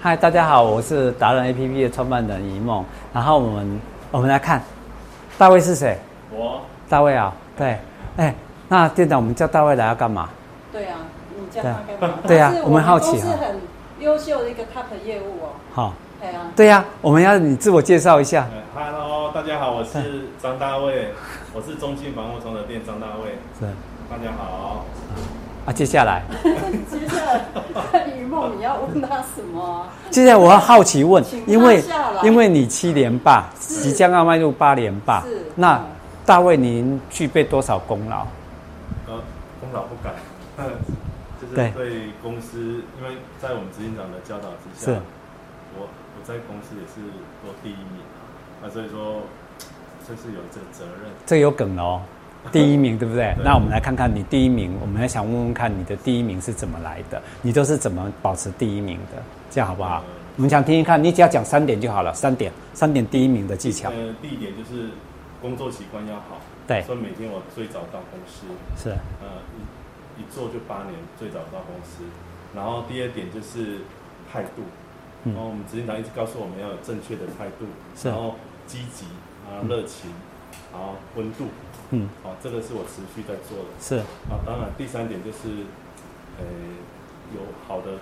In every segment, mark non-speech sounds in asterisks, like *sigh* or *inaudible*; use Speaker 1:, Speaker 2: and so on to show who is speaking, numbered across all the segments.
Speaker 1: 嗨，大家好，我是达人 APP 的创办人一梦。然后我们我们来看，大卫是谁？
Speaker 2: 我
Speaker 1: 大卫啊，对，哎，那店长，我们叫大卫来要干嘛？
Speaker 3: 对啊，你叫他干嘛？
Speaker 1: 对啊
Speaker 3: 但是
Speaker 1: 我们好奇
Speaker 3: 都是
Speaker 1: 哈
Speaker 3: 很优秀的一个 cup 业务哦。
Speaker 1: 好、
Speaker 3: 对啊， *laughs*
Speaker 1: 对呀、我们要你自我介绍一下。
Speaker 2: 呃，Hello，大家好，我是张大卫，我是中信防护城的店张大卫，
Speaker 1: 是
Speaker 2: 大家好。
Speaker 1: 啊，接下来，
Speaker 3: 接下来雨梦你要问他什么啊？
Speaker 1: 接下来我要好奇问
Speaker 3: 请，
Speaker 1: 因为
Speaker 3: 放下来
Speaker 1: 因为你七连霸，
Speaker 3: 是
Speaker 1: 即将要迈入八连霸
Speaker 3: 是，
Speaker 1: 那
Speaker 3: 嗯
Speaker 1: 大卫您具备多少功劳？
Speaker 2: 呃，功劳不敢， *laughs* 就是
Speaker 1: 对
Speaker 2: 对公司，因为在我们执行长的教导之
Speaker 1: 是
Speaker 2: 下，我我在公司也是都第一名啊，所以说就是有这个责任。
Speaker 1: 这有梗 *laughs* 哦，第一名对不对？
Speaker 2: 对
Speaker 1: 那我们来看看你第一名，我们也想问问看你的第一名是怎么来的，你都是怎么保持第一名的，这样好不好？
Speaker 2: 嗯
Speaker 1: 我们想听听看，你只要讲三点就好了，三点，三点第一名的技巧，
Speaker 2: 呃，第一点就是工作习惯要好，
Speaker 1: 对
Speaker 2: 所以每天我最早到公司，
Speaker 1: 是
Speaker 2: 呃，一一做就八年，最早到公司。然后第二点就是态度，
Speaker 1: 嗯
Speaker 2: 然后我们执行长一直告诉我们要有正确的态度，
Speaker 1: 是
Speaker 2: 然后积极，然后热情，然后温度，
Speaker 1: 嗯
Speaker 2: 好、这个是我持续在做的。
Speaker 1: 是
Speaker 2: 啊，当然第三点就是，呃，有好的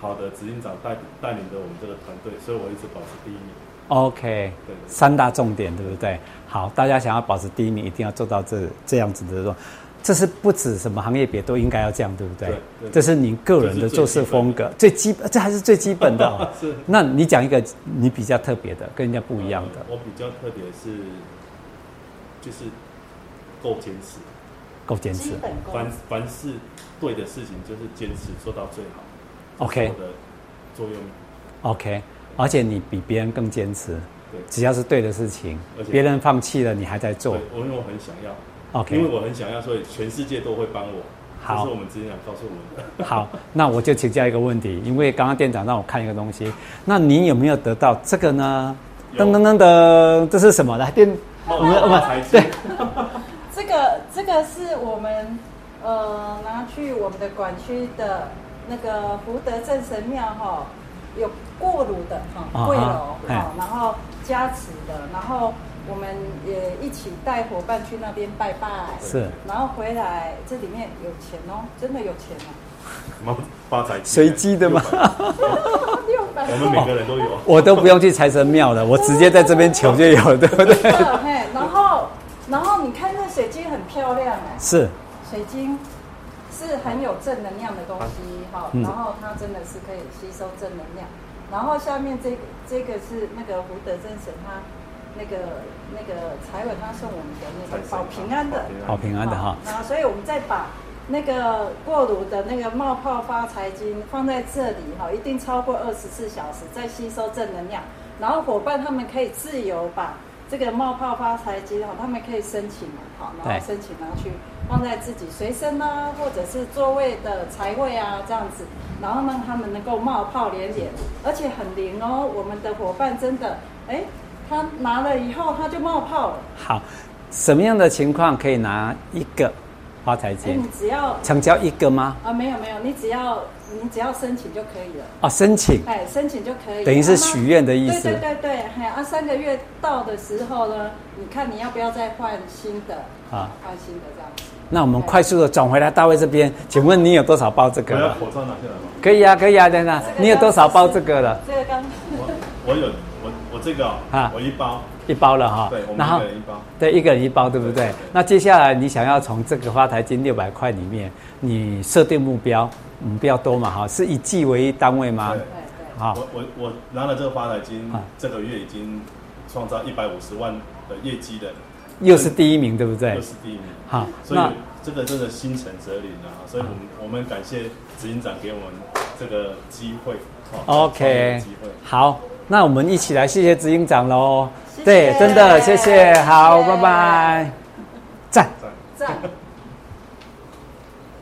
Speaker 2: 好的执行长带带领着我们这个团队，所以我一直保持第一名。
Speaker 1: OK，
Speaker 2: 对对
Speaker 1: 三大重点对不对？好，大家想要保持第一名，一定要做到这这样子的，这是不止什么行业别都应该要这样，对不对？
Speaker 2: 对对。
Speaker 1: 这是您个人的做事风格，最基本，这还是最基本的、哦
Speaker 2: 是
Speaker 1: 那你讲一个你比较特别的，跟人家不一样的
Speaker 2: 呃，我比较特别是，就是够坚持。
Speaker 1: 够坚持
Speaker 3: 基。本功
Speaker 2: 凡。凡是对的事情，就是坚持做到最好。
Speaker 1: OK
Speaker 2: 这是我的作用
Speaker 1: OK，而且你比别人更坚持，
Speaker 2: 对
Speaker 1: 只要是对的事情
Speaker 2: 而，且
Speaker 1: 别人放弃了，你还在做
Speaker 2: 对。，我因为我很想要
Speaker 1: OK
Speaker 2: 因为我很想要，所以全世界都会帮我。
Speaker 1: 好
Speaker 2: 这是我们之前想告诉我们的。
Speaker 1: 好，那我就请教一个问题，因为刚刚店长让我看一个东西，那你有没有得到这个呢？
Speaker 2: 有
Speaker 1: 噔噔噔噔，这是什么？来店， *laughs* 我们我们
Speaker 2: 才知
Speaker 1: 对
Speaker 3: 这个这个是我们呃拿去我们的管区的那个福德镇神庙哈、有过炉的
Speaker 1: 啊哈
Speaker 3: 哈跪楼
Speaker 1: 嘿
Speaker 3: 哈，然后加持的，然后我们也一起带伙伴去那边拜拜，
Speaker 1: 是
Speaker 3: 然后回来这里面有钱哦，真的有钱哦，
Speaker 2: 发发财
Speaker 1: 随机的吗？
Speaker 3: 六百
Speaker 2: 我们每个人都
Speaker 3: *laughs*
Speaker 2: 有。
Speaker 1: *laughs* 我都不用去财神庙了，我直接在这边求就有，对不
Speaker 2: *laughs*
Speaker 1: 对？
Speaker 3: 个嘿，然后然后你看那水晶很漂亮哎、
Speaker 1: 是
Speaker 3: 水晶是很有正能量的东西哈，
Speaker 1: 嗯
Speaker 3: 然后它真的是可以吸收正能量。然后下面这个这个是那个胡德正神他那个那个财委他送我们的那个保平安的，
Speaker 1: 好平安的哈。
Speaker 3: 然后所以我们再把那个过炉的那个冒泡发财金放在这里哈，一定超过二十四小时，再吸收正能量。然后伙伴他们可以自由把这个冒泡发财金哈，他们可以申请嘛，好，然
Speaker 1: 对
Speaker 3: 后申请然后去放在自己随身啊，或者是座位的财位啊这样子，然后让他们能够冒泡连连，而且很灵哦。我们的伙伴真的，哎，他拿了以后他就冒泡了，
Speaker 1: 好，什么样的情况可以拿一个发财
Speaker 3: 哎，
Speaker 1: 金
Speaker 3: 你？只要
Speaker 1: 成交一个吗？
Speaker 3: 啊，没有没有，你只要你只要申请就可以了，
Speaker 1: 啊，申请
Speaker 3: 哎，申请就可以了，
Speaker 1: 等于是
Speaker 3: 啊
Speaker 1: 许愿的意思
Speaker 3: 对对对对，哎，啊，三个月到的时候呢，你看你要不要再换新的，
Speaker 1: 啊。
Speaker 3: 换新的这样子。
Speaker 1: 那我们快速的转回来大卫这边，请问你有多少包这
Speaker 2: 我
Speaker 1: 个
Speaker 2: 要
Speaker 1: 了？
Speaker 2: 口罩拿下来吗？
Speaker 1: 可以啊，可以啊，等等
Speaker 3: 这，个
Speaker 1: 你有多少包这个了？
Speaker 3: 这个刚
Speaker 2: 我我有我我这个
Speaker 1: 啊
Speaker 2: 啊，我一包，
Speaker 1: 一包了哈
Speaker 2: 对，我，们
Speaker 1: 然
Speaker 2: 一
Speaker 1: 后
Speaker 2: 个人一包。
Speaker 1: 对一个人一包，对不
Speaker 2: 对
Speaker 1: 对
Speaker 2: 对对？
Speaker 1: 那接下来你想要从这个发财金六百块里面，你设定目标，嗯，不要多嘛哈，是以季为单位吗
Speaker 2: 对？
Speaker 3: 对哎对，
Speaker 1: 好，
Speaker 2: 我我我拿了这个发财金
Speaker 1: 啊，
Speaker 2: 这个月已经创造一百五十万的业绩的，
Speaker 1: 又是第一名，对不对
Speaker 2: 又？是第一名。
Speaker 1: 好，
Speaker 2: 所以
Speaker 1: 那
Speaker 2: 这个真的心诚则灵啊！所以我们我们感谢执行长给我们这个机会哦创业的
Speaker 1: OK，
Speaker 2: 机会。
Speaker 1: 好，那我们一起来谢谢执行长喽
Speaker 3: 谢。谢
Speaker 1: 对，真的谢谢，好，
Speaker 3: 谢谢
Speaker 1: 拜拜，赞。
Speaker 2: 赞
Speaker 3: 赞。